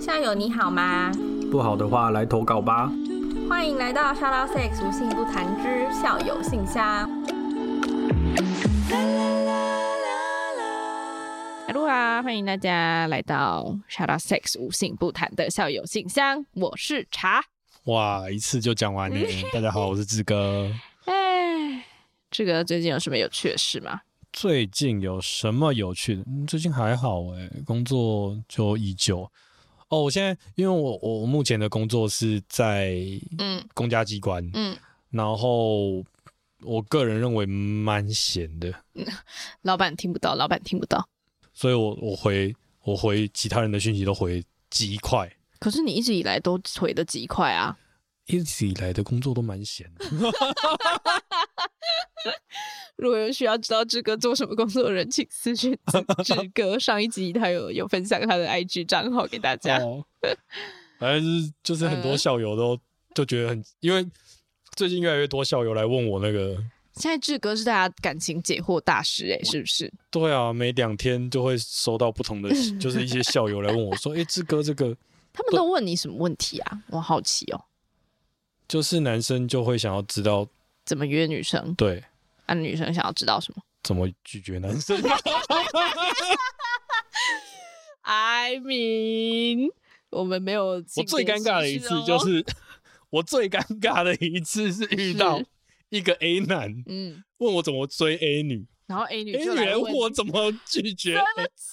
校友你好吗？不好的话来投稿吧。欢迎来到 Shout Out Sex 无性不谈之校友信箱。Hello 啊，欢迎大家来到 Shout Out Sex 无性不谈的校友信箱，我是茶。哇，一次就讲完呢！嗯大家好，我是志哥。哎，这个最近有什么有趣的事吗？最近有什么有趣的？嗯最近还好诶、工作就依旧。哦，我现在因为我我目前的工作是在嗯公家机关，嗯，然后我个人认为蛮闲的，老板听不到，老板听不到。所以我我回我回其他人的讯息都回极快。可是你一直以来都回的极快啊。一直以来的工作都蛮闲的，如果有需要知道志哥做什么工作的人，请私讯志 志哥。上一集他有有分享他的 IG 账号给大家。哦，反正就是就是很多嗯校友都就觉得很，因为最近越来越多校友来问我那个，现在志哥是大家感情解惑大师、哎，是不是？对啊，每两天就会收到不同的， 就是一些校友来问我说，诶，哎志哥这个他们都问你什么问题啊？我好奇哦，就是男生就会想要知道，怎么约女生？对，啊，女生想要知道什么怎么拒绝男生， ？I mean，我们没有我性别歧视哦。最尴尬的一次就是， 我最尴尬的一次是遇到是一个 A 男嗯，问我怎么追 A 女然后 A 女，A 就女来问问我怎么拒绝 A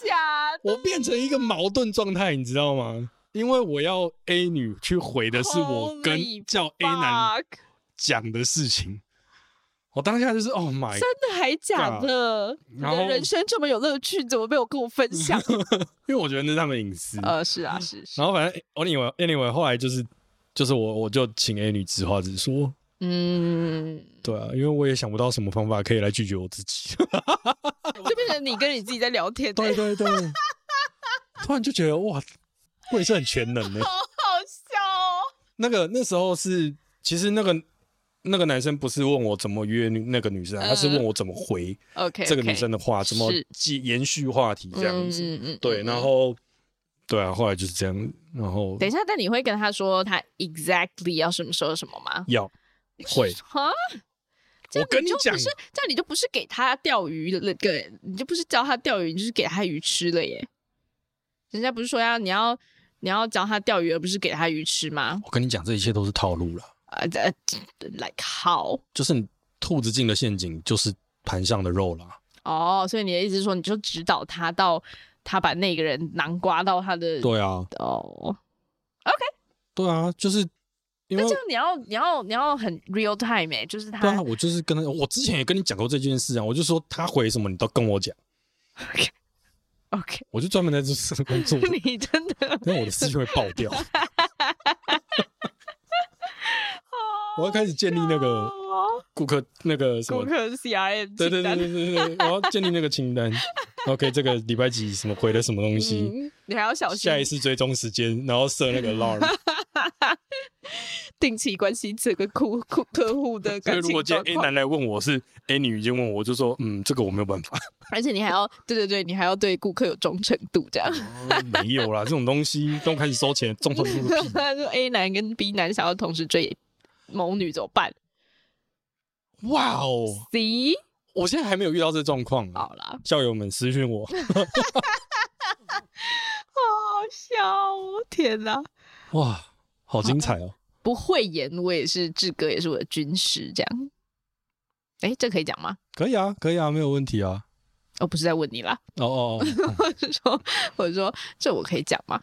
假的我变成一个矛盾状态，你知道吗？因为我要 A 女去回的是我跟 Holy 叫 A 男 fuck 讲的事情，我当下就是 Oh my，真的还假的？你啊然后的人生这么有乐趣，怎么没有跟我分享？因为我觉得那是他们隐私。呃，是啊，是是，嗯然后反正 anyway anyway 后来就是就是我我就请 A 女直话直说，嗯，对啊，因为我也想不到什么方法可以来拒绝我自己。就变成你跟你自己在聊天、 对对对， 突然就觉得哇，我也是很全能 的。好笑哦。那个那时候是，其实那个那个男生不是问我怎么约女那个女生啊，嗯他是问我怎么回 OK，这个女生的话，怎么是继延续话题这样子。嗯嗯对，然后对啊，后来就是这样，然后等一下，但你会跟他说他 exactly 要什么时候什么吗？要会，哈，这我样跟你你就讲不，是这样你就不是给他钓鱼了，给你就不是教他钓鱼，你就是给他鱼吃了耶。人家不是说要你要你要教他钓鱼，而不是给他鱼吃吗？我跟你讲，这一切都是套路了，呃呃，like how？就是你兔子进了陷阱，就是盘上的肉啦。哦，所以你的意思是说，你就指导他到他把那个人南瓜到他的对啊，哦，对啊，就是因为那这样你要你要你要很 real time 哎、就是他对啊，我就是跟他，我之前也跟你讲过这件事啊，我就说他回什么你都跟我讲， OK，，我就专门在做这份工作你真的那我的私讯会爆 掉。我要开始建立那 个哦，顾客那个什顾么，客 CRM 对清对对单对对对，我要建立那个清单。OK，这个礼拜几什么回了什么东西，嗯，你还要小心下一次追踪时间，然后设那 个 alarm。定期关心这个顾顾客户 的所以感如情果今状天 A 况，男来问我是 A 女已经问我，我就说嗯，这个我没有办法，而且你还要对对对，你还要对顾客有忠诚度这样。 没有啦，这种东西都开始收钱，中头 路 的屁。说 A 男跟 B 男想要同时追某女怎么办哇哦， ？C 我现在还没有遇到这状况啊。好啦，校友们私讯 我，好好笑哦！天哪，哇，好精彩哦！不讳言，我也是志哥，也是我的军师，这样。哎，这可以讲吗？可以啊，可以啊，没有问题啊。我、不是在问你啦， 哦哦，哦我是说，我是说这我可以讲吗？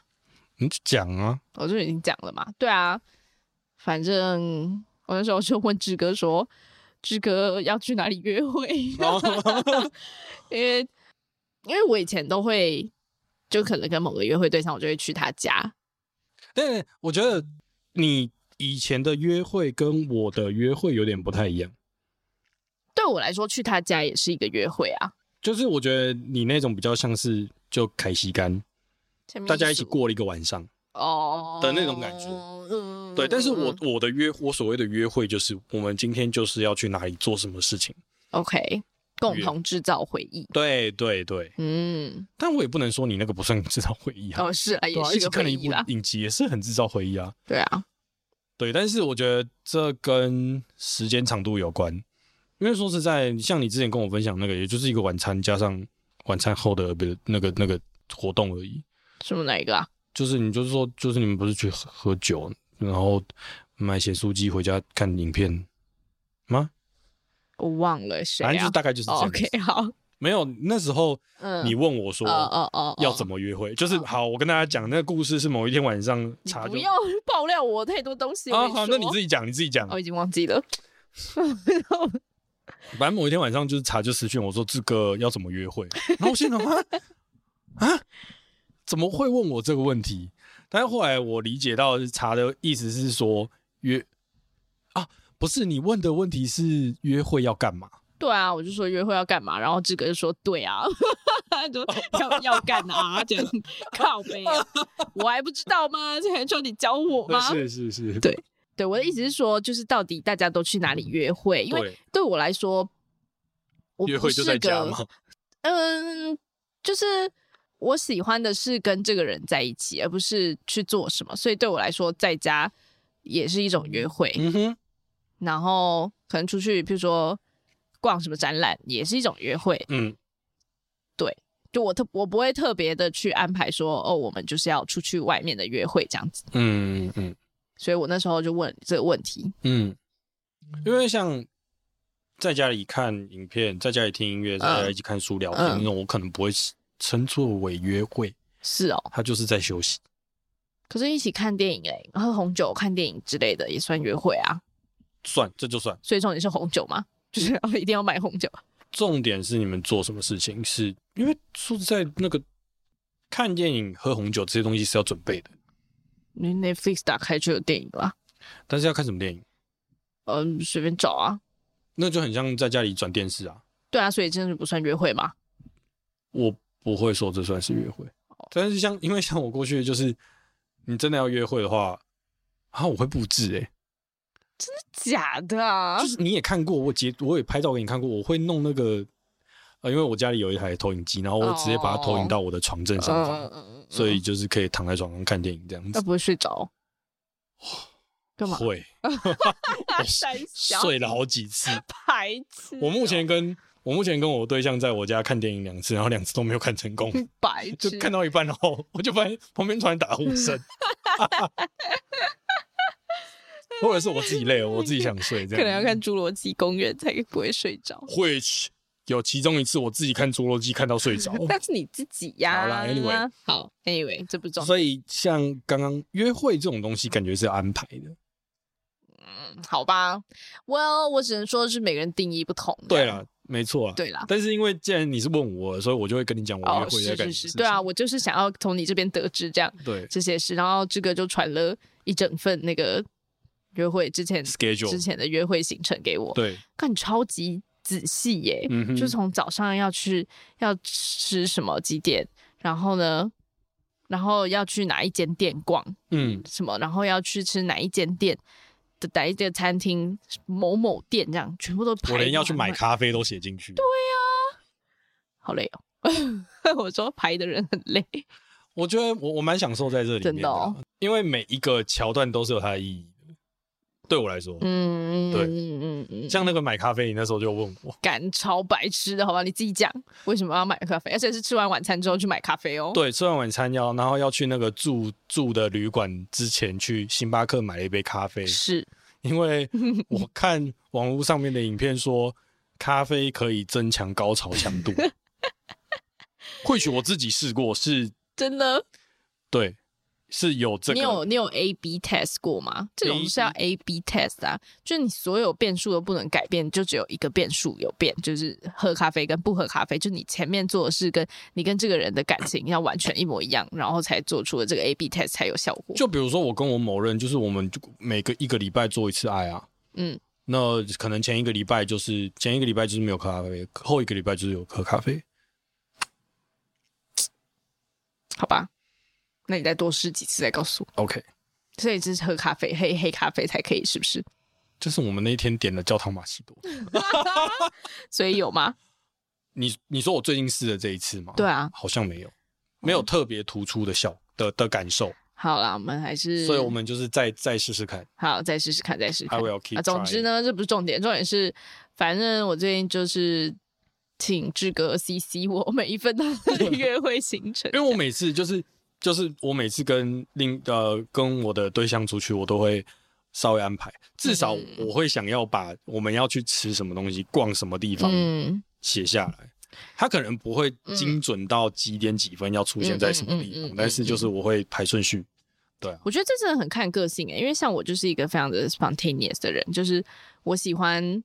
你就讲啊，我就已经讲了嘛。对啊，反正我那时候就问志哥说，志哥要去哪里约会？ 因为因为我以前都会，就可能跟某个约会对象，我就会去他家。但我觉得你以前的约会跟我的约会有点不太一样，对我来说，去他家也是一个约会啊。就是我觉得你那种比较像是就凯西干，大家一起过了一个晚上，哦的那种感觉嗯，对。但是嗯我嗯我的约我所谓的约会就是我们今天就是要去哪里做什么事情， OK，共同制造回忆。对对对，嗯，但我也不能说你那个不算制造回忆啊，哦，是啊，对也啊，一是起个看了回一忆部啦。影集也是很制造回忆啊。对啊，对，但是我觉得这跟时间长度有关，因为说实在，像你之前跟我分享那个，也就是一个晚餐加上晚餐后的不是那个那个活动而已。什么哪一个啊？就是你就是说，就是你们不是去喝喝酒，然后买咸酥鸡回家看影片吗？我忘了谁反正就啊是？大概就是这哦样子。 OK，好，没有那时候嗯，你问我说哦哦哦，要怎么？么约会，就是好，我跟大家讲那个故事是某一天晚上你查不就要爆料我太多东西啊，好，那你自己，己讲，你自己讲。哦我已经忘记了。反正某一天晚上就是查就私讯我说这个要怎么约会， 然后我心想啊啊，怎么会问我这个问题？但是后来我理解到查的意思是说约啊，不是你问的问题是约会要干嘛？对啊，我就说约会要干嘛，然后志哥就说对 啊，就要要干啊，这样靠背 啊，我还不知道吗？这还叫你教我吗？是是，对对，我的意思是说，就是到底大家都去哪里约会？因为嗯对，对我来说，我约不会是就个在家嘛，嗯，就是我喜欢的是跟这个人在一起，而不是去做什么。所以对我来说，在家也是一哎种约会，嗯哼，然后可能出去，比如说逛什么展览，也是一种约会。嗯，就我特我不会特别的去安排说哦，我们就是要出去外面的约会这样子。嗯嗯所以我那时候就问这个问题，嗯，因为像在家里看影片，在家里听音乐，在家里一起看书聊天，嗯那种我可能不会称作为约会，是哦，他就是在休息。可是一起看电影哎、喝红酒、看电影之类的也算约会啊。算，这就算。所以重点是红酒嘛， 就是要一定要买红酒。重点是你们做什么事情是，因为说实在，那个看电影、喝红酒这些东西是要准备的，你 Netflix 打开就有电影啦，但是要看什么电影，嗯，随便找啊。那就很像在家里转电视啊。对啊，所以真的不算约会嘛。我不会说这算是约会，哦但是像因为像我过去就是，你真的要约会的话，啊，我会布置诶、假的啊就是你也看过，我截我也拍照给你看过，我会弄那个，呃，因为我家里有一台投影机，然后我直接把它投影到我的床正上方，哦嗯所以就是可以躺在床上看电影这样那子。不会睡 着？干嘛？会 三小哦睡了好几次。排斥我目前跟我目前跟我对象在我家看电影两次，然后两次都没有看 成功， 白就痴，看到一半，然后我就发现旁边突然打 呼声，或者是我自己累了，我自己想睡这可样。哦能要看《侏罗纪公园》才不会睡着。 Which 有其中一次我自己看侏罗纪看到 睡着，但是你自己呀，好啦，anyway 好，anyway，这不重要。所以像刚刚约会这种东西，感觉是安排的。嗯好吧，Well，我只能说是每个人定义不同。对，了，没错啊。对啦，但是因为既然你是问我，所以我就会跟你讲我约哦，会是在是干什么事是，情对啊，，我就是想要从你这边得知这样对这些事，然后志哥就传了一整份那个约会之前之 schedule，前的约会行程给我，对，看超级仔细耶，嗯哼就从早上要去要吃什么几点，然后呢，然后要去哪一间店逛嗯什么，然后要去吃哪一间店的哪一间餐厅某某店这样，全部都排啊我连要去满买满咖啡都写进去。对，好累哦。 我说排的人很累，我觉得我我蛮享受在这里面真的哦因为每一个桥段都是有它的意义的。对我来说，嗯，对嗯嗯嗯，像那个买咖啡，你那时候就问我，感超白痴的好吧？你自己讲为什么要买咖啡，而且是吃完晚餐之后去买咖啡哦。 对，吃完晚餐要，然后要去那个住住的旅馆之前，去星巴克买了一杯咖啡，是因 为我看网络上面的影片说，咖啡可以增强高潮强 度。或许我自己试过，是真的。对，是有这个，你有你有 A B test 过吗？这种 A-B 是要 A B test 啊，就是你所有变数都不能改变，就只有一个变数有变，就是喝咖啡跟不喝咖啡，就你前面做的事跟你跟这个人的感情要完全一模一样，然后才做出了这个 A B test 才有效果。就比如说我跟我某人，就是我们就每个一个礼拜做一次爱啊，嗯，那可能前一个礼拜就是前一个礼拜就是没有喝咖啡，后一个礼拜就是有喝咖啡。好吧，那你再多试几次再告诉我。 OK，所以这是喝咖啡黑黑咖啡才可以，是不是？就是我们那一天点的焦糖玛奇朵，所以有吗？你你说我最近试的这一次吗？对，啊，好像没有，没有特别突出的效的的感受，好啦，我们还是，所以我们就是再再试试看。好再试试看，再试试 I 看。 will keep 啊，总之呢，这不是重点，重点是，反正我最近就是请志哥 CC 我每一份他的约会行程 trying，，因为我每次就是就是我每次跟另呃跟我的对象出去，我都会稍微安排，至少嗯我会想要把我们要去吃什么东西、逛什么地方嗯，写下来。他可能不会精准到几点几分要出现在什么嗯地嗯嗯嗯方嗯，但是就是我会排顺序。对啊，我觉得这真的很看个性欸诶、因为像我就是一个非常的 spontaneous 的人，就是我喜欢，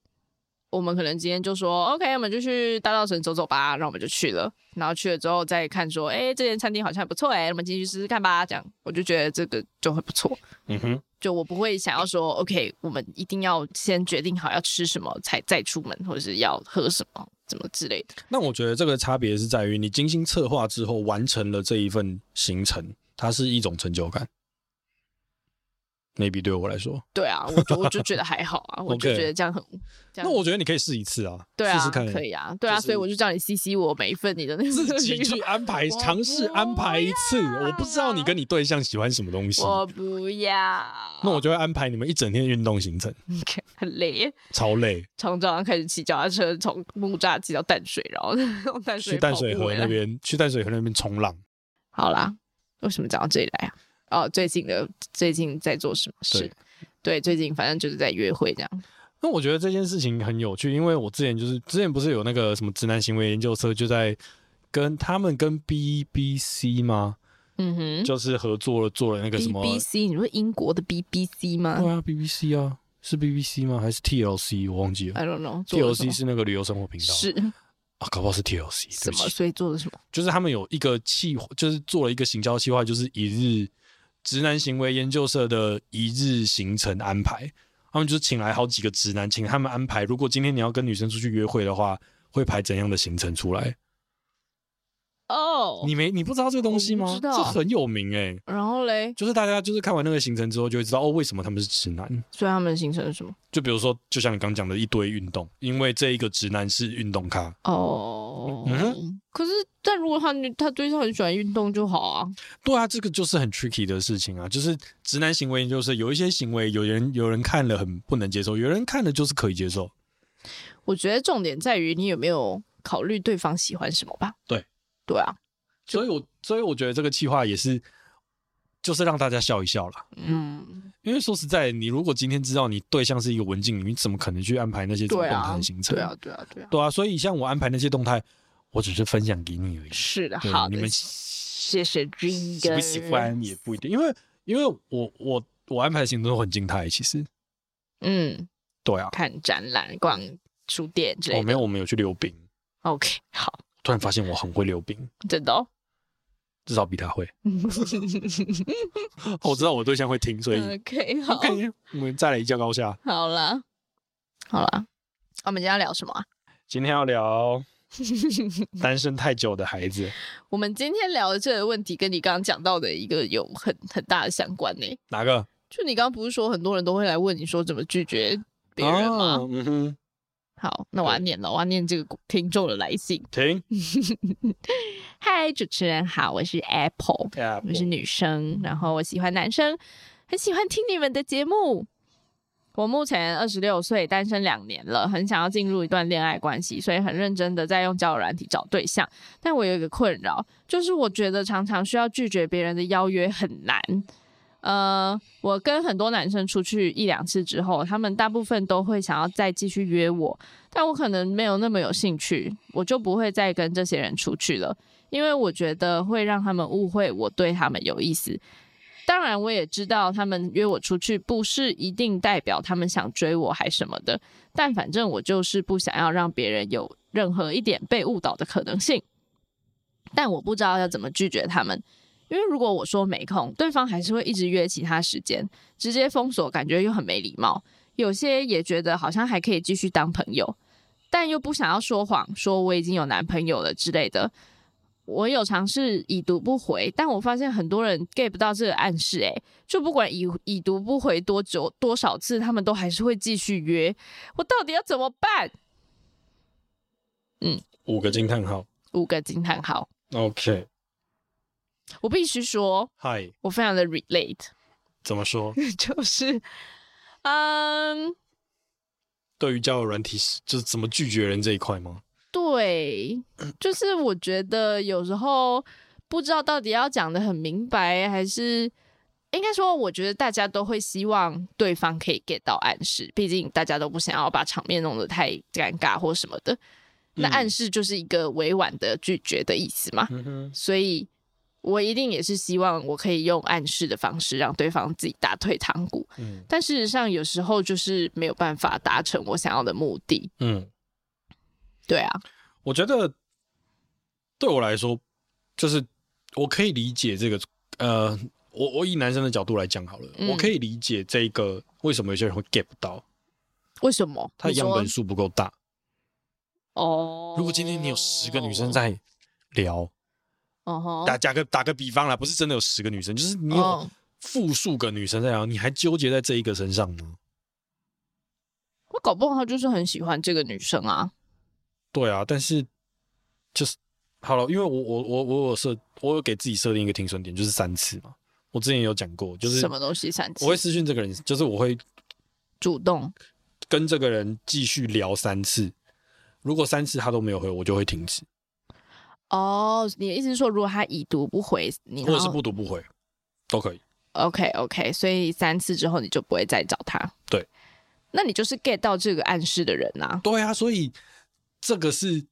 我们可能今天就说 OK，我们就去大稻城走走吧，然后我们就去了，然后去了之后再看说，哎、这间餐厅好像还不错哎、我们进去试试看吧，这样我就觉得这个就会不错，嗯哼，就我不会想要说 OK，我们一定要先决定好要吃什么才再出门，或者是要喝什么怎么之类的，那我觉得这个差别是在于你精心策划之后完成了这一份行程，它是一种成就感。maybe 对我来说，对啊，我就我就觉得还好啊，我就 OK 觉得这样很，这样那我觉得你可以试一次啊，对啊，试试看，可以啊，对啊，就是所以我就叫你 CC 我每一份你的那个自己去安排，我尝试安排一次。不要我不知道你跟你对象喜欢什么东西，我不要，那我就会安排你们一整天的运动行程，很累，超累，从早上开始骑脚踏车，从木栅骑到淡水，然后 用淡水去淡跑水步欸河回那来。边，去淡水河那边冲浪。好啦，为什么讲到这里来啊？哦，最近的最近在做什么事对，对？最近反正就是在约会这样。那我觉得这件事情很有趣，因为我之前就是之前不是有那个什么直男行为研究社就在跟他们跟 BBC 吗？嗯哼就是合作了做了那个什么，BBC，你说英国的 BBC 吗对啊，BBC 啊，是 BBC 吗？还是 TLC？我忘记了。 ？I don't know，做了哎什 TLC 么是那个旅游生活频道，是 啊，搞不好是 TLC。什对不么？起，所以做了什么？就是他们有一个计划，就是做了一个行销计划，就是一日直男行为研究社的一日行程安排。他们就是请来好几个直男，请他们安排，如果今天你要跟女生出去约会的话，会排怎样的行程出来？哦，你没你嗯不知道这个东西我吗不？知道这很有名哎、然后嘞，就是大家就是看完那个行程之后，就会知道哦，为什么他们是直男。所以他们形成了什么？就比如说，就像你刚讲的一堆运动，因为这一个直男是运动咖，哦，嗯可是，但如果他女他对象很喜欢运动就好啊。对啊，这个就是很 tricky 的事情啊，就是直男行为就是有一些行为，有人有人看了很不能接受，有人看了就是可以接受。我觉得重点在于你有没有考虑对方喜欢什么吧。对，对啊，所以我所以我觉得这个计划也是，就是让大家笑一笑啦。嗯，因为说实在，你如果今天知道你对象是一个文静，你怎么可能去安排那些这么对动态啊的行，程？对啊，对啊，对啊，对啊，所以像我安排那些动态，我只是分享给你而已。是的，对好的，你们谢谢 G 喜不喜欢也不一定，因为因为我我我安排的行程都很静态，其实嗯，对啊，看展览、逛书店之类我的。没有我们有去溜冰，哦 OK，好，突然发现我很会溜冰，真的、哦。至少比他会。 我知道我对象会听，所以 OK，好嗯 OK，我们再来一较高下。好啦，好啦，我们今天要聊什么啊？今天要聊单身太久的 孩子，我们今天聊的这个问题，跟你刚刚讲到的一个有很很大的相关呢、哪个？就你刚刚不是说很多人都会来问你说怎么拒绝别人吗？啊嗯哼，好，那我要对念了，我要念这个听众的来信。 停。嗨，主持人好，我是 Apple，啊我是女生，然后我喜欢男生，很喜欢听你们的节目。我目前二十六岁，单身两年了，很想要进入一段恋爱关系，所以很认真的在用交友软体找对象。但我有一个困扰，就是我觉得常常需要拒绝别人的邀约很难。呃，我跟很多男生出去一两次之后，他们大部分都会想要再继续约我，但我可能没有那么有兴趣，我就不会再跟这些人出去了，因为我觉得会让他们误会我对他们有意思。当然，我也知道他们约我出去不是一定代表他们想追我还什么的，但反正我就是不想要让别人有任何一点被误导的可能性。但我不知道要怎么拒绝他们，因为如果我说没空，对方还是会一直约其他时间，直接封锁，感觉又很没礼貌。有些也觉得好像还可以继续当朋友，但又不想要说谎，说我已经有男朋友了之类的。我有尝试已读不回，但我发现很多人 get 不到这个暗示、欸，就不管已已读不回多久多少次，他们都还是会继续约。我到底要怎么办？五个惊叹号。五个惊叹号。 OK，我必须说，嗨，我非常的 relate， 怎么说？就是，嗯，对于交友软体是就是怎么拒绝人这一块吗？对，就是我觉得有时候不知道到底要讲的很明白，还是应该说，我觉得大家都会希望对方可以 get 到暗示，毕竟大家都不想要把场面弄得太尴尬或什么的。那嗯暗示就是一个委婉的拒绝的意思嘛，嗯哼，所以我一定也是希望我可以用暗示的方式让对方自己打退堂鼓，嗯但事实上有时候就是没有办法达成我想要的目的。嗯，对啊，我觉得对我来说，就是我可以理解这个，呃，我我以男生的角度来讲好了，嗯我可以理解这个为什么有些人会 get 不到，为什么？他你样说本数不够大。哦，如果今天你有十个女生，在聊，哦吼打打个打个比方啦，不是真的有十个女生，就是你有哦复数个女生在聊，你还纠结在这一个身上吗？我搞不好他就是很喜欢这个女生啊。对啊，但是就是好了，因为我我我我有设，我有给自己设定一个停损点，就是三次嘛。我之前有讲过，就是什么东西三次？我会私讯这个人，就是我会主动跟这个人继续聊三次。如果三次他都没有回，我就会停止，哦。你的意思是说，如果他已读不回，你或者是不读不回，都可以。 OK OK，所以三次之后你就不会再找他。对，那你就是 get 到这个暗示的人啊。对啊，所以这个是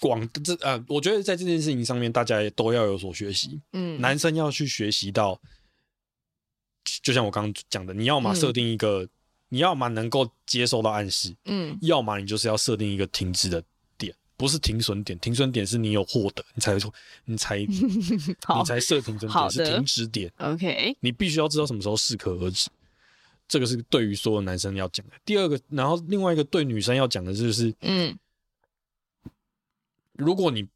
广这呃，我觉得在这件事情上面，大家也都要有所学习。嗯，男生要去学习到，就像我刚刚讲的，你要么嗯设定一个，你要么能够接受到暗示，嗯要么你就是要设定一个停止的点，不是停损点。停损点是你有获得，你才你才你 好才设停损好点，的是停止点。 OK，你必须要知道什么时候适可而止。这个是对于所有男生要讲的。第二个，然后另外一个对女生要讲的就是，嗯如果你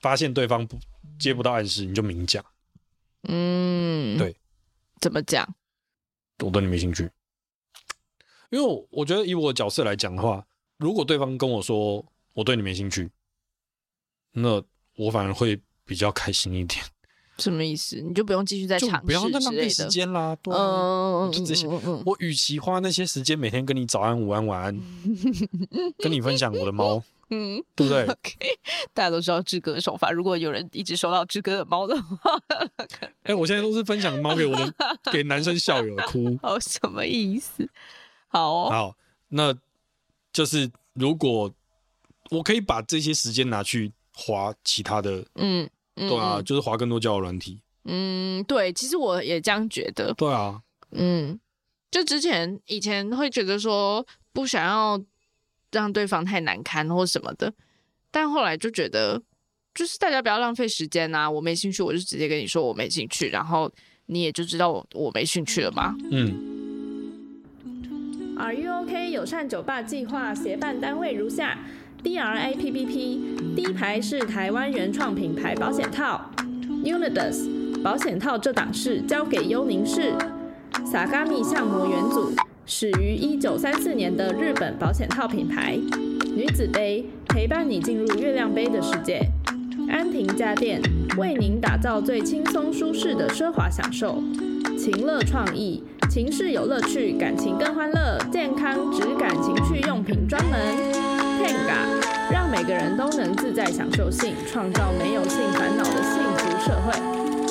发现对方不接不到暗示，你就明讲，嗯，对，怎么讲？我对你没兴趣。因为我我觉得以我的角色来讲的话，如果对方跟我说我对你没兴趣，那我反而会比较开心一点，什么意思？你就不用继续再就尝不要试再之浪类费时的。间啦。对啊、嗯，就这些嗯嗯嗯我与其花那些时间每天跟你早安、午安、晚安，跟你分享我的猫，嗯，对不对？ OK，大 家都知道志哥的手法。如果有人一直收到志哥的猫的话， 哎、我现在都是分享猫给我的给男生校友哭。哦，什么意思？好哦，好，那就是如果我可以把这些时间拿去划其他的，嗯，嗯对啊，，就是划更多交友软体，嗯，对，其实我也这样觉得，对啊，嗯，就之前以前会觉得说不想要让对方太难堪或什么的，但后来就觉得，就是大家不要浪费时间啊，我没兴趣，我就直接跟你说我没兴趣，然后你也就知道我我没兴趣了嘛。嗯， Are You OK 友善酒吧计划协办单位如下：DRAPPP，第一排是台湾原创品牌保险套；Unidas 保险套这档事交给幽宁氏；Sagami 相模原组始于一九三四年的日本保险套品牌；女子杯陪伴你进入月亮杯的世界；安亭家电为您打造最轻松舒适的奢华享受。情乐创意，情事有乐趣，感情更欢乐，健康质感情趣用品专门 Tenga，让每个人都能自在享受性，创造没有性烦恼的幸福社会。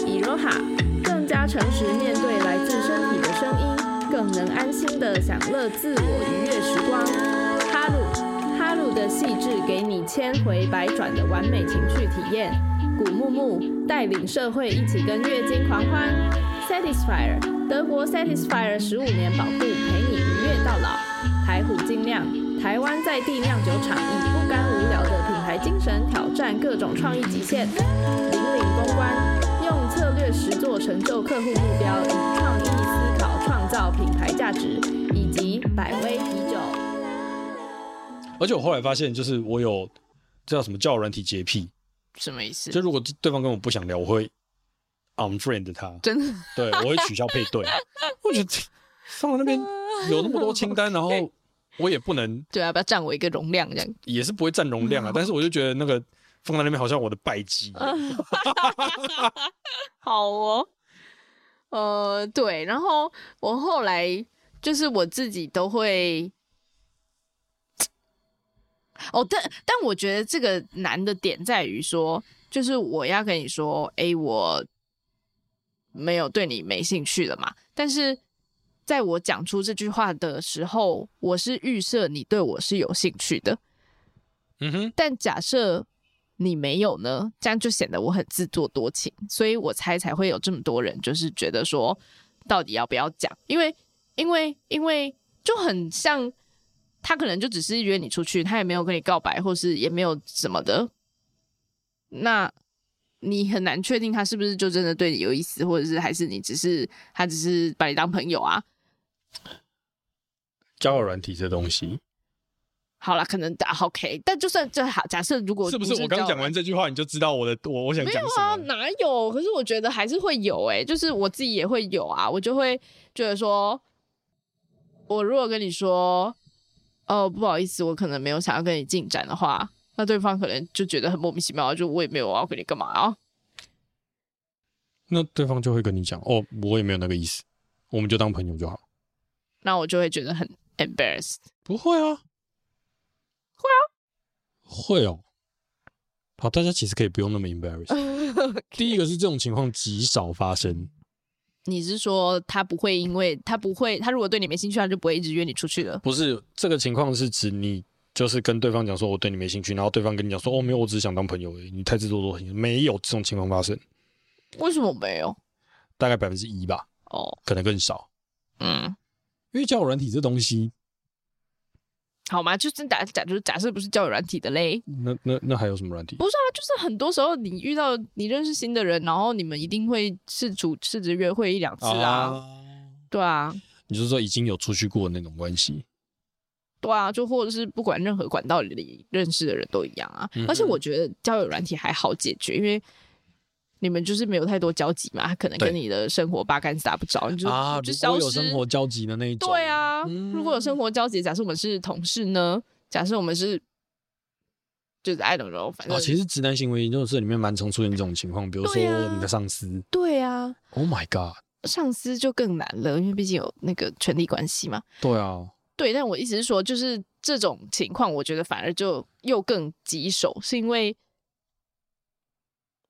Eroha，更加诚实面对来自身体的声音，更能安心的享乐自我愉悦时光。哈鲁，哈鲁的细致给你千回百转的完美情趣体验。古木木带领社会一起跟月经狂欢。Satisfier 德国 Satisfier 十五年保护，陪你愉悦到老。台虎精酿，台湾在地酿酒厂以不甘无聊的品牌精神挑战各种创意极限。引领公关，用策略实做成就客户目标，以创意思考创造品牌价值，以及百威啤酒。而且我后来发现，就是我有这叫什么交友软体洁癖，什么意思？就如果对方跟我不想聊，我会 unfriend 他，真的，对我会取消配对，我觉得上了那边有那么多清单，然后我也不能，对啊，把它占为一个容量这样。也是不会占容 嗯量啊。但是我就觉得那个放在那边好像我的败绩， 好哦，呃，对，然后我后来就是我自己都会，哦，但但我觉得这个难的点在于说，就是我要跟你说，诶，我没有对你没兴趣了嘛，但是。在我讲出这句话的时候，我是预设你对我是有兴趣的，嗯哼，但假设你没有呢，这样就显得我很自作多情，所以我猜才会有这么多人就是觉得说，到底要不要讲？因为因为因为就很像他可能就只是约你出去，他也没有跟你告白，或是也没有什么的，那你很难确定他是不是就真的对你有意思，或者是还是你只是他只是把你当朋友啊？交友软体这东西，好啦，可能打 OK，但就算这好，假设如果是不是我交刚友讲完这句话你就知道我的我我想没讲有啊，什么？哪有？可是我觉得还是会有哎、就是我自己也会有啊，我就会觉得说，我如果跟你说，哦，不好意思，我可能没有想要跟你进展的话，那对方可能就觉得很莫名其妙，就我也没有要跟你干嘛啊。那对方就会跟你讲哦，我也没有那个意思，我们就当朋友就好。那我就会觉得很 embarrassed。不会啊，会啊，会哦。好，大家其实可以不用那么 embarrassed。第一个是这种情况极少发生，你是说他不会，因为他不会，他如果对你没兴趣，他就不会一直约你出去了。不是这个情况是指你就是跟对方讲说我对你没兴趣，然后对方跟你讲说哦没有，我只是想当朋友而已，你太自作多情了，没有这种情况发生，为什么没有？大概百分之一吧，哦，可能更少。嗯，因为交友软体这东西，好吗？就是假假就是假设不是交友软体的嘞。那那那还有什么软体？不是啊，就是很多时候你遇到你认识新的人，然后你们一定会试主试着约会一两次啊，哦对啊，你是说已经有出去过的那种关系？对啊，就或者是不管任何管道里认识的人都一样啊。嗯哼而且我觉得交友软体还好解决，因为你们就是没有太多交集嘛，可能对跟你的生活八竿子打不着，你就、啊，就如消果有失。生活交集的那一种，对啊，嗯如果有生活交集，假设我们是同事呢？假设我们是就是 I don't know，反正、啊，其实直男行为研究室里面蛮常出现这种情况，比如说对啊你的上司、对啊， o h my god，上司就更难了，因为毕竟有那个权力关系嘛。对啊，对，但我意思是说，就是这种情况，我觉得反而就又更棘手，是因为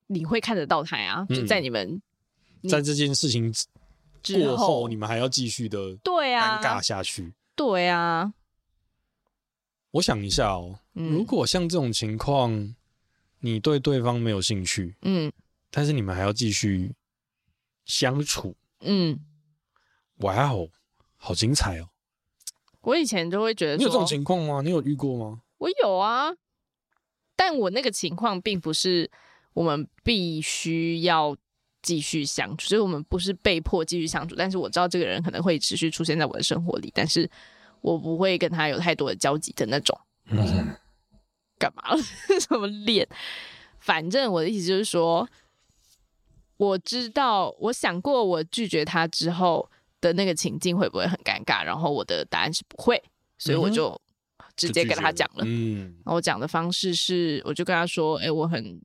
你会看得到他呀，就嗯在你们你在这件事情之过后后，你们还要继续的对尴尬啊，下去。对啊，我想一下哦，嗯如果像这种情况，你对对方没有兴趣，嗯但是你们还要继续相处，嗯，哇哦，好精彩哦！我以前就会觉得你有这种说，情况吗？你有遇过吗？我有啊，但我那个情况并不是我们必须要继续相处，就是我们不是被迫继续相处，但是我知道这个人可能会持续出现在我的生活里，但是我不会跟他有太多的交集的那种。 嗯，干嘛了？什么脸？反正我的意思就是说，我知道，我想过我拒绝他之后的那个情境会不会很尴尬，然后我的答案是不会，所以我嗯哼就直接跟他讲了。嗯然后我讲的方式是，我就跟他说：“哎、我很，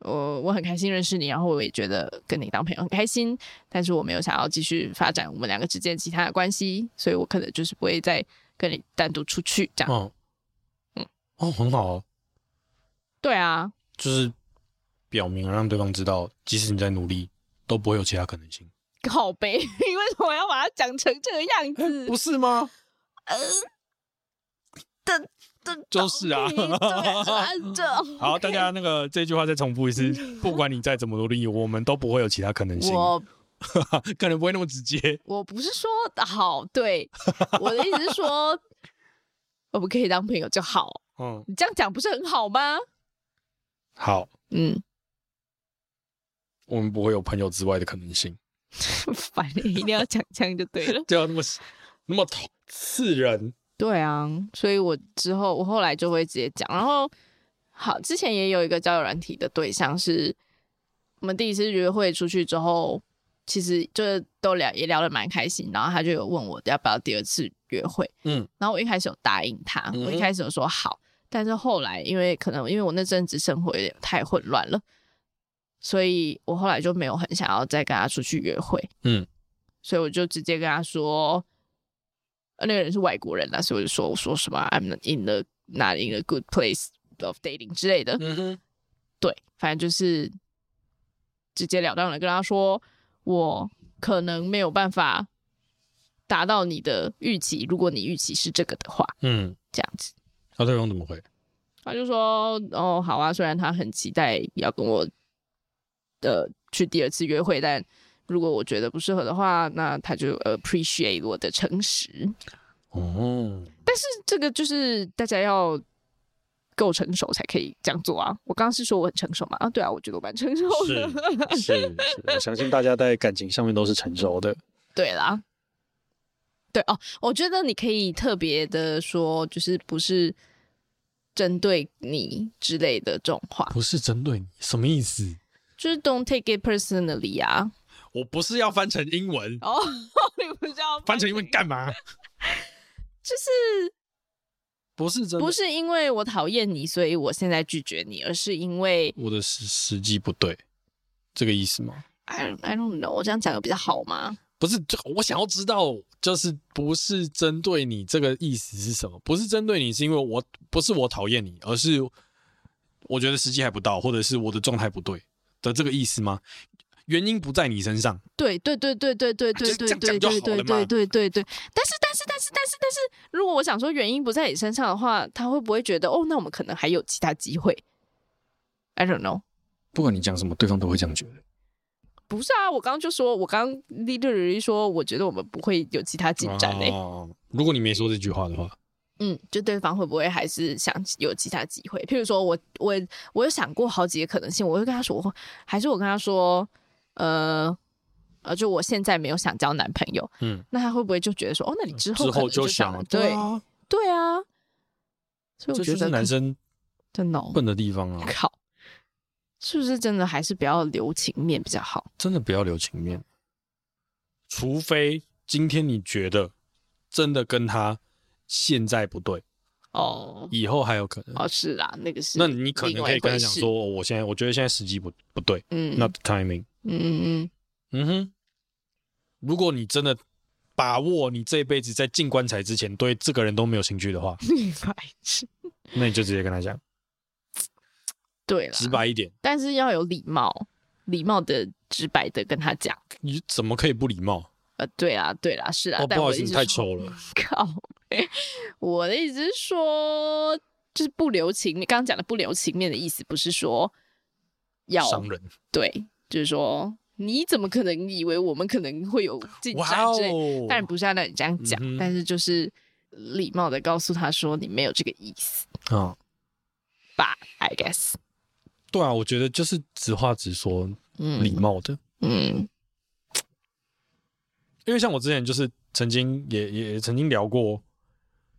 我我很开心认识你，然后我也觉得跟你当朋友很开心，但是我没有想要继续发展我们两个之间其他的关系，所以我可能就是不会再跟你单独出去这样。哦，嗯哦，很好、啊，对啊，就是表明了让对方知道，即使你在努力，都不会有其他可能性，靠 背，你为什么要把它讲成这个样子？哎不是吗？呃这 就是啊这这这 好，大家那个这句话再重复 一次，不管你再怎么努力，我们都不会有其他可能性，我可能不会那么直接。我不是说好，对我的意思是说， 我们可以当朋友就好。嗯，你这样讲不是很好吗？好，嗯，我们不会有朋友之外的可能性， 烦，一定要讲这样就对了。就要那么那么痛刺人。对啊，所以我之后我后来就会直接讲。然后，好，之前也有一个交友软体的对象是，我们第一次约会出去之后，其实就是都聊也聊得蛮开心，然后他就有问我要不要第二次约会，嗯，然后我一开始有答应他，嗯哼我一开始有说好，但是后来因为可能因为我那阵子生活有点太混乱了，所以我后来就没有很想要再跟他出去约会，嗯，所以我就直接跟他说，呃那个人是外国人啦，所以我就说我说什么 I'm not in the not in a good place of dating 之类的，嗯哼，对，反正就是直截了当的跟他说，我可能没有办法达到你的预期，如果你预期是这个的话，嗯，这样子。那对方怎么回？他就说：“哦，好啊，虽然他很期待要跟我呃去第二次约会，但如果我觉得不适合的话，那他就 appreciate 我的诚实。哦，这个就是大家要够成熟才可以这样做啊。我刚刚是说我很成熟嘛？啊，对啊，我觉得我蛮成熟的。是是，我相信大家在感情上面都是成熟的。 对啦，对哦，我觉得你可以特别的说，就是不是针对你之类的这种话，不是针对你，什么意思？就是 don't take it personally 啊。我不是要翻成英文，哦， 你不知道翻成英文干嘛？ 就是不是针不是因为我讨厌你，所以我现在拒绝你，而是因为我的时时机不对，这个意思吗？ I I don't know，我这样讲有比较好吗？不是，就我想要知道，就是不是针对你这个意思是什么？不是针对你，是因为我不是我讨厌你，而是我觉得时机还不到，或者是我的状态不对的这个意思吗？原因不在你身上，对对对对对对对就是对这样对对讲就对好了嘛对对对对。但是但是但是但是但是，如果我想说原因不在你身上的话，他会不会觉得哦，那我们可能还有其他机会？I don't know。不管你讲什么，对方都会这样觉得。不是啊，我刚刚就说，我刚 literally 说，我觉得我们不会有其他进展欸嘞、哦如果你没说这句话的话，嗯，就对方会不会还是想有其他机会？譬如说我我我有想过好几个可能性，我会跟他说，我还是我跟他说，呃呃，就我现在没有想交男朋友，嗯，那他会不会就觉得说，哦，那你之后之可能后就想了了，对啊，对啊，所以这我觉就得是男生真的、哦、笨的地方啊，靠，是不是真的还是不要留情面比较好？真的不要留情面，除非今天你觉得真的跟他现在不对，哦以后还有可能。哦，是啦，那个是那你可另能外可以一跟他回讲事说，，哦我现在我觉得现在时机不不对、嗯， n o t timing。嗯嗯嗯， 嗯哼，如果你真的把握你这辈子在进棺材之前对这个人都没有兴趣的话，明白是，那你就直接跟他讲，对了，直白一点，但是要有礼貌，礼貌的、直白的跟他讲。你怎么可以不礼貌？呃，对啦，对啦，是啦。哦，但不我好的意思，意你思太是说丑了。 靠北！我的意思是说，就是不留情面。刚刚讲的不留情面的意思，不是说要伤人，对，就是说你怎么可能以为我们可能会有进哇展之类？哦！当然不是要让你这样讲，嗯哼但是就是礼貌的告诉他说你没有这个意思啊，吧，I guess。对啊，我觉得就是直话直说，嗯，礼，貌的。嗯因为像我之前就是曾经也也也曾经聊过，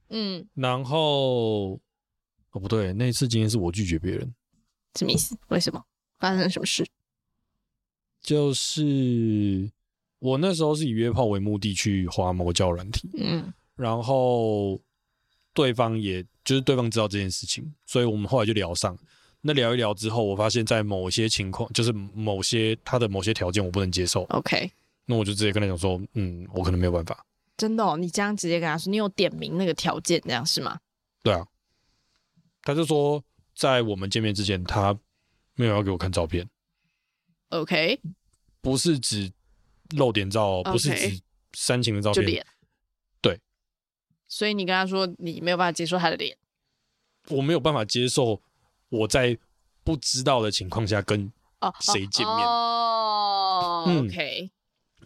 嗯，然后哦不对，那一次经验是我拒绝别人，什么意思？为什么？发生了什么事？就是我那时候是以约炮为目的去滑某个交友软体，嗯然后对方也就是对方知道这件事情，所以我们后来就聊上。那聊一聊之后，我发现在某些情况，就是某些他的某些条件我不能接受， ，OK，那我就直接跟他讲说，嗯，我可能没有办法。真的哦，你这样直接跟他说，你有点名那个条件，这样是吗？对啊，他就说在我们见面之前，他没有要给我看照片， OK，不是指露点照， OK 不是指煽情的照就片。脸。对，所以你跟他说你没有办法接受他的脸，我没有办法接受我在不知道的情况下跟哦，哦谁见面哦、嗯 o k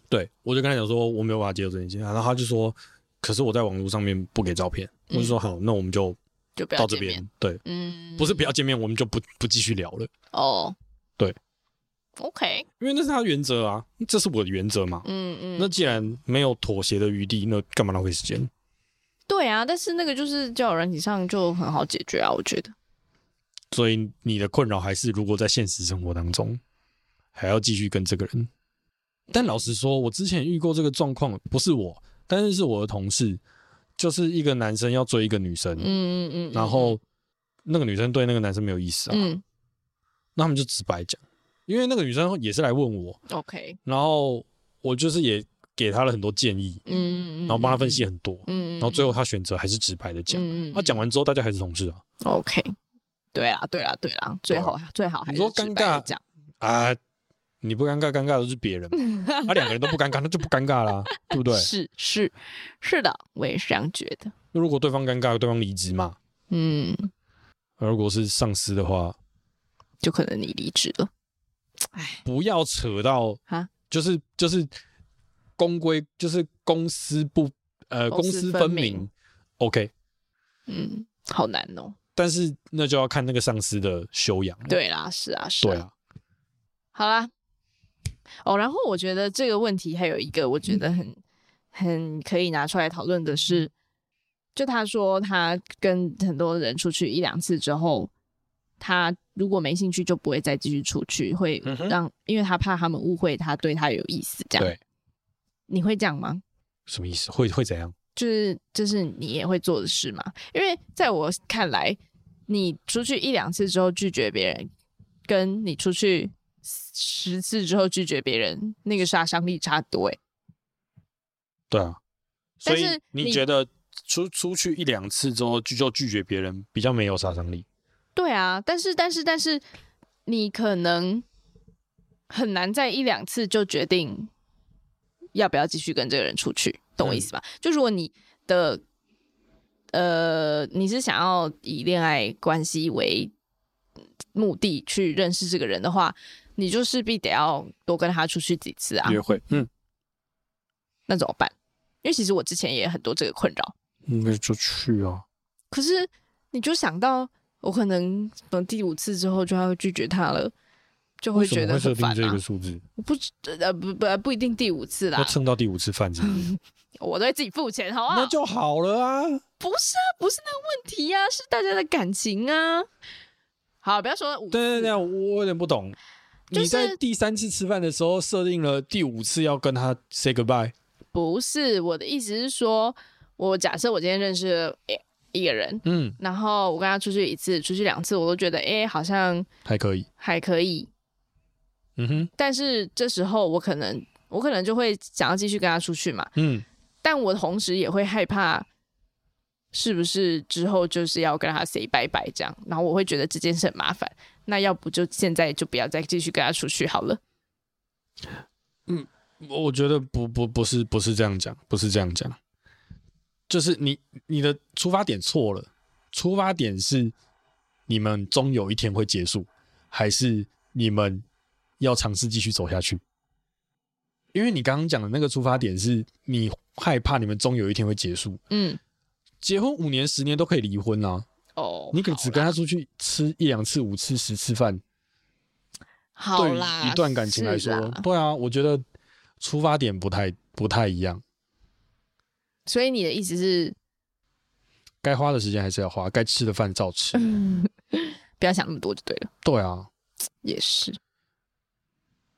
对，我就跟他讲说我没有办法接受这件事情，然后他就说，可是我在网络上面不给照片，我就说好，那我们就就嗯不要到这见面边，对，嗯，不是不要见面，我们就不不继续聊了，哦，对，OK，因为那是他的原则啊，这是我的原则嘛。嗯嗯，那既然没有妥协的余地，那干嘛浪费时间？对啊，但是那个就是交友软体上就很好解决啊，我觉得。所以你的困扰还是，如果在现实生活当中还要继续跟这个人，但老实说，我之前遇过这个状况，不是我，但是是我的同事，就是一个男生要追一个女生，嗯嗯嗯，然后那个女生对那个男生没有意思啊，嗯那他们就直白讲，因为那个女生也是来问我， ，OK，然后我就是也给她了很多建议，嗯，然后帮她分析，很多，嗯，然后最后她选择还是直白的讲。啊嗯她讲完之后，大家还是同事啊 OK，对啊对啊对啊，最好最好还是讲，啊！你不尴尬，尴尬的是 别人嘛。啊，两个人都不尴尬，那就不尴尬啦，对不对？是是是的，我也是这样觉得，那如果对方尴尬，对方离职嘛。嗯，而如果是上司的话，就可能你离职了，哎，不要扯到啊，就是就是公规，就是公私不呃公公私私分分明明，OK。嗯，好难哦，但是那就要看那个上司的修养。对啦，是啊是对啊，好啦，哦，然后我觉得这个问题还有一个，我觉嗯得很很可以拿出来讨论的是，就他说他跟很多人出去一两次之后，他如果没兴趣就不会再继续出去，会嗯哼让、因为他怕他们误会他对他有意思，这样。对，你会这样吗？什么意思？会会怎样？就是这是你也会做的事嘛？因为在我看来，你出去一两次之后拒绝别人，跟你出去十次之后拒绝别人，那个杀伤力差多欸诶。对啊，所但以是你你觉得出出去一两次之后就就拒绝别人，比较没有杀伤力？对啊，但是但是但是，你可能很难在一两次就决定要不要继续跟这个人出去，懂我意思吧？就如果你的呃，你是想要以恋爱关系为目的去认识这个人的话，你就势必得要多跟他出去几次啊，约会，嗯，那怎么办？因为其实我之前也很多这个困扰，那就去啊。可是你就想到我可能等第五次之后就要拒绝他了，就会觉得为什很么会设烦定这啊个。数字？我不知呃不不不一定第五次要啦，蹭到第五次饭是不嗯是我都会自己付钱，好不好？ 那就好了啊。不是啊，不是那个问题啊，是大家的感情啊。好，不要说五次，对对对，我有点不懂。就是你在第三次吃饭的时候设定了第五次要跟他 say goodbye，不是我的意思是说，我假设我今天认识了诶一个人，嗯，然后我跟他出去一次，出去两次，我都觉得诶好像还可以，还可以，嗯哼，但是这时候我可能我可能就会想要继续跟他出去嘛，嗯，但我同时也会害怕，是不是之后就是要跟他 say 拜拜这样，然后我会觉得这件事很麻烦，那要不就现在就不要再继续跟他出去好了。我觉得不不不是不是这样讲，不是这样讲，就是你你的出发点错了，出发点是你们终有一天会结束，还是你们要尝试继续走下去？因为你刚刚讲的那个出发点是你害怕你们终有一天会结束，嗯，结婚五年十年都可以离婚啊，哦，你可只跟他出去吃一两次、五次、十次饭，好对啦，于一段感情来是说啦，对啊，我觉得出发点不太不太一样。所以你的意思是该花的时间还是要花，该吃的饭照吃。嗯不要想那么多就对了，对啊，也是，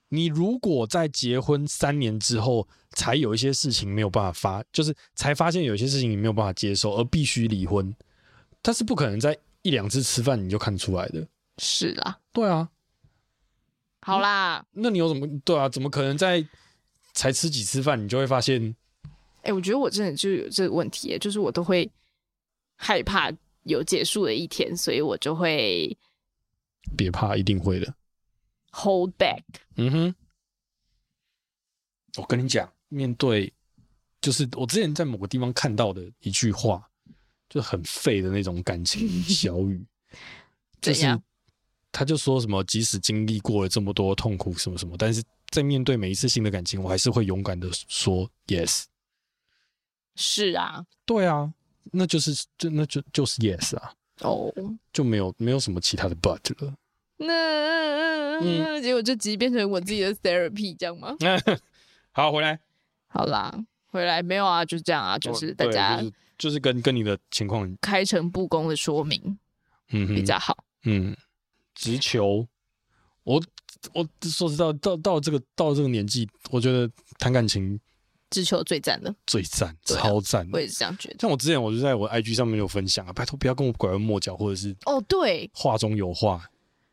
你如果在结婚三年之后才有一些事情没有办法发，就是才发现有一些事情你没有办法接受，而必须离婚，但是不可能在一两次吃饭你就看出来的。是啦，对啊，好啦，那你有怎么对啊？怎么可能在才吃几次饭你就会发现？哎、我觉得我真的就有这个问题耶，就是我都会害怕有结束的一天，所以我就会别怕，一定会的。 hold back。嗯哼，我跟你讲，面对就是我之前在某个地方看到的一句话，就很废的那种感情小语，就怎样是他就说什么，即使经历过了这么多痛苦什么什么，但是在面对每一次新的感情，我还是会勇敢的说 yes。是啊，对啊，那就是就那就就是 yes 啊，哦，就没有没有什么其他的 but 了。那、嗯结果这集变成我自己的 therapy 这样吗？好，回来好啦，回来没有啊，就这样啊，就是大哦对家就是、就是跟跟你的情况，开诚布公的说明嗯哼，比较好。嗯，直球，我我说实在，到到这个到这个年纪，我觉得谈感情只求最赞的，最赞，对啊超赞的。我也是这样觉得。像我之前我就在我 IG 上面有分享啊，拜托不要跟我拐弯抹角，或者是哦，对，话中有话。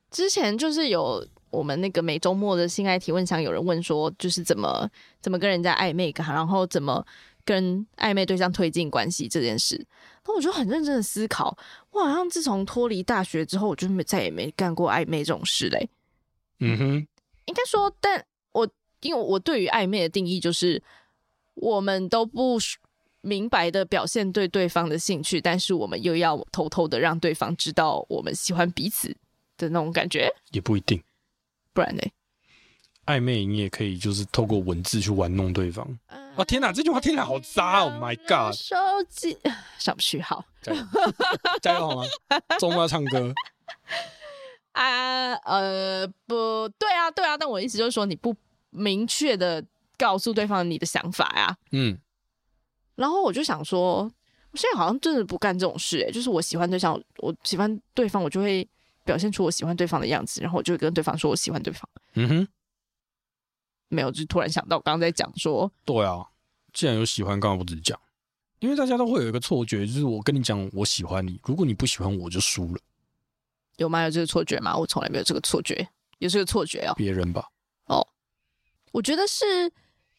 之前就是有我们那个每周末的性爱提问箱，有人问说，就是怎么怎么跟人家暧昧，啊然后怎么跟暧昧对象推进关系这件事。那我就很认真的思考，我好像自从脱离大学之后，我就没再也没干过暧昧这种事嘞。嗯哼，应该说，但我因为我对于暧昧的定义就是，我们都不明白的表现对对方的兴趣，但是我们又要偷偷的让对方知道我们喜欢彼此的那种感觉，也不一定，不然呢？暧昧你也可以就是透过文字去玩弄对方。啊哦天哪这句话听起来好渣哦，My God 手机嗯上不去好加油， 加油好吗？周末要唱歌，啊，呃，不对啊，对啊，但我意思就是说，你不明确的告诉对方你的想法呀、嗯，然后我就想说，我现在好像真的不干这种事、欸，就是我喜欢对象，我喜欢对方，我就会表现出我喜欢对方的样子，然后我就会跟对方说我喜欢对方。嗯哼，没有，就是突然想到，我刚刚在讲说，对啊，既然有喜欢，干嘛不直讲？因为大家都会有一个错觉，就是我跟你讲我喜欢你，如果你不喜欢我就输了，有吗？有这个错觉吗？我从来没有这个错觉，有这个错觉哦。别人吧。我觉得是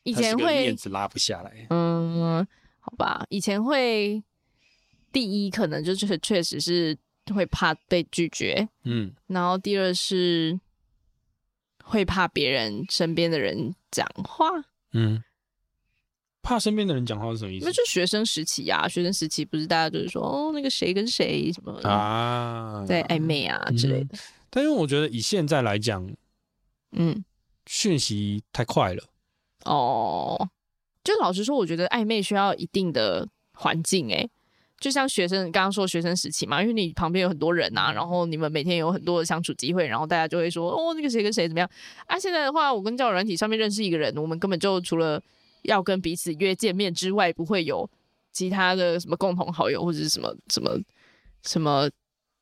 以以前会面子拉不下来，嗯，好吧，以前会第一可能就是确实是会怕被拒绝，嗯，然后第二是会怕别人身边的人讲话，嗯，怕身边的人讲话是什么意那思？就学生时期呀、学生时期不是大家就是说哦那个谁跟谁什么啊，在暧昧啊之类的，但因为我觉得以现在来讲，嗯，讯息太快了，哦，就老实说，我觉得暧昧需要一定的环境、欸，就像学生刚刚说学生时期嘛，因为你旁边有很多人啊，然后你们每天有很多的相处机会，然后大家就会说哦，那个谁跟谁怎么样啊？现在的话，我跟交友软体上面认识一个人，我们根本就除了要跟彼此约见面之外，不会有其他的什么共同好友或者是什么什么什么，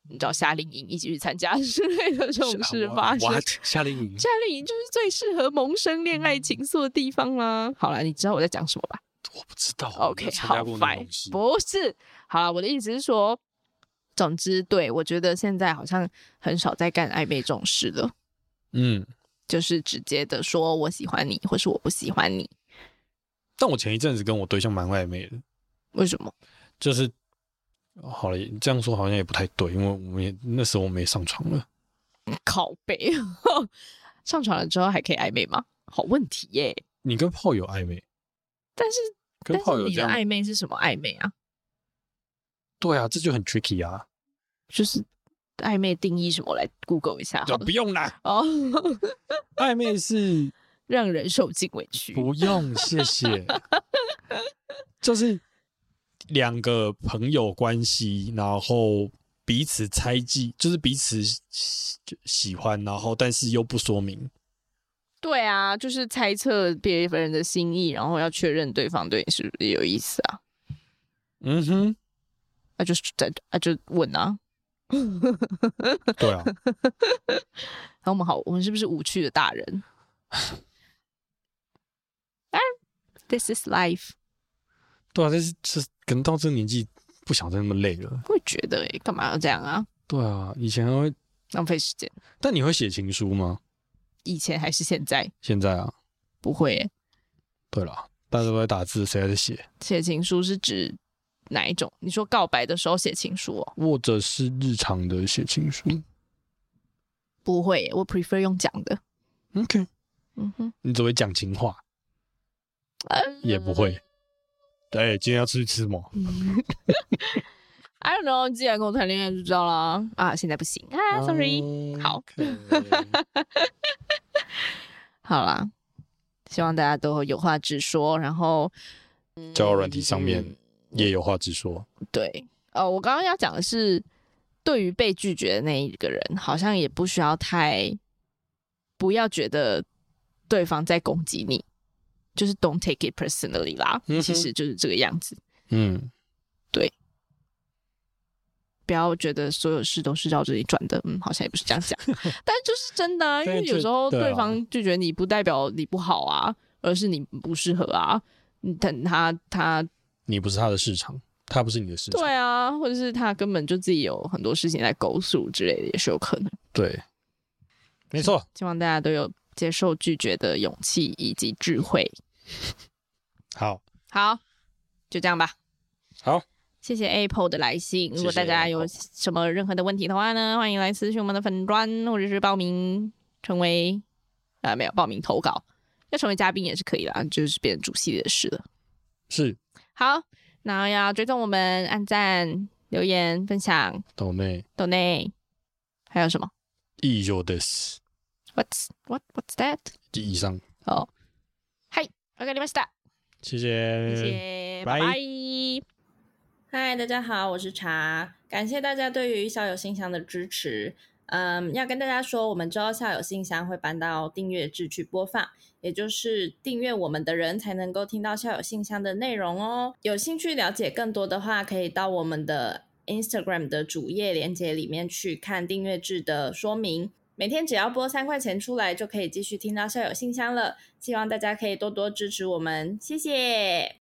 你知道夏令营一起去参加之类的这啊种事发生。夏令营夏令营就是最适合萌生恋爱情愫的地方啦。好啦，你知道我在讲什么吧我不知道哦？OK，好白，fine，不是。好啦，我的意思是说，总之，对我觉得现在好像很少在干暧昧这种事了，嗯。就是直接的说我喜欢你，或是我不喜欢你。但我前一阵子跟我对象蛮暧昧的，为什么？就是好了，这样说好像也不太对，因为我们也那时候我们也上床了，靠背 上床了之后还可以暧昧吗？好问题耶、你跟炮友暧昧，但是，跟但炮是友你这的样，暧昧是什么暧昧啊？对啊，这就很 tricky 啊，就是暧昧定义什么？我来 Google 一下好了。啊不用啦，哦，暧昧是 让人受尽委屈。不用，谢 谢。就是两个朋友关系，然后彼此猜忌，就是彼此喜喜欢，然后但是又不说明。对啊，就是猜测别人的心意，然后要确认对方对你是不是有意思啊？嗯哼，那、就是在啊就问啊。对啊，然后我们好，我们是不是无趣的大人？啊，This is life。 对啊，但是这可能到这个年纪不想再那么累了。会觉得哎、干嘛要这样啊？对啊，以前还会，浪费时间。但你会写情书吗？以前还是现在现在啊，不会耶、对了，大家都在打字，谁还在写？写情书是指哪一种？你说告白的时候写情书哦？或者是日常的写情书不会耶、我 prefer 用讲的。 ？OK，嗯哼，你只会讲情话，呃也不会。哎、今天要出去吃什么？ I don't know，你既然跟我谈恋爱就知道啦。啊，现在不行啊，sorry。好 好啦，希望大家都有话直说，然后交友软体上面也有话直说。对，呃，我刚刚要讲的是，对于被拒绝的那一个人，好像也不需要太，不要觉得对方在攻击你，就是 don't take it 嗯 personally 啦，嗯哼其实就是这个样子。嗯，不要觉得所有事都是绕着你转的，嗯，好像也不是这样 讲，但就是真的、啊，因为但有就时候对啊对方拒绝你，不代表你不好啊，而是你不适合啊。你等他，他你不是他的市场，他不是你的市场，对啊，或者是他根本就自己有很多事情在勾诉之类的，也是有可能。对，没错，希望大家都有接受拒绝的勇气以及智慧。好，好，就这样吧。好，谢谢 Apple 的来信。如果谢大谢家 Apple 有什么任何的问题的话呢，欢迎来私讯我们的粉砖，或者是报名成为呃没有报名投稿，要成为嘉宾也是可以啦，就是变成主系列的事了。是好，然后要追踪我们，按赞、留言、分享、岛内抖内，还有什么以上です。 ？What's what What's that？以上，哦，嗨，わかりました。谢谢谢，谢，拜拜拜。嗨，大家好，我是茶，感谢大家对于校友信箱的支持。嗯，要跟大家说，我们之后校友信箱会搬到订阅制去播放，也就是订阅我们的人才能够听到校友信箱的内容哦。有兴趣了解更多的话，可以到我们的 Instagram 的主页链接里面去看订阅制的说明。每天只要拨三块钱出来，就可以继续听到校友信箱了。希望大家可以多多支持我们，谢谢。